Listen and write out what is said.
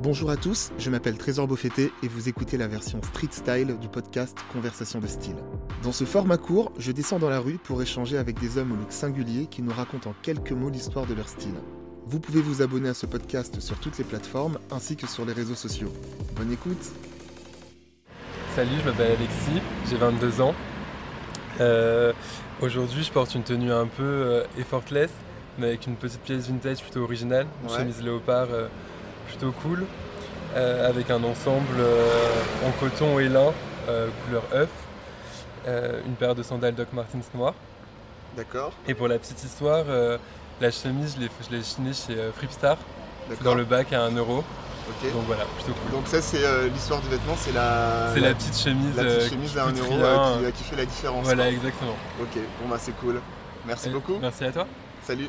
Bonjour à tous, je m'appelle Trésor Beaufetté et vous écoutez la version street style du podcast Conversation de style. Dans ce format court, je descends dans la rue pour échanger avec des hommes au look singulier qui nous racontent en quelques mots l'histoire de leur style. Vous pouvez vous abonner à ce podcast sur toutes les plateformes ainsi que sur les réseaux sociaux. Bonne écoute Salut, je m'appelle Alexis, j'ai 22 ans. Euh, Aujourd'hui, je porte une tenue un peu euh, effortless, mais avec une petite pièce vintage plutôt originale, une Ouais. chemise léopard euh, plutôt cool, euh, avec un ensemble euh, en coton et lin euh, couleur œuf, euh, une paire de sandales Doc Martens noires. D'accord, Et pour la petite histoire, euh, la chemise, je l'ai- je l'ai chinée chez euh, Fripstar, dans le bac à 1 euro. ok. Donc voilà, plutôt cool. Donc ça c'est euh, l'histoire du vêtement, c'est C'est la petite chemise, euh, qui coûte rien. qui fait la différence. Voilà, exactement. Ok, bon bah c'est cool. Merci Euh, Merci à toi. Salut.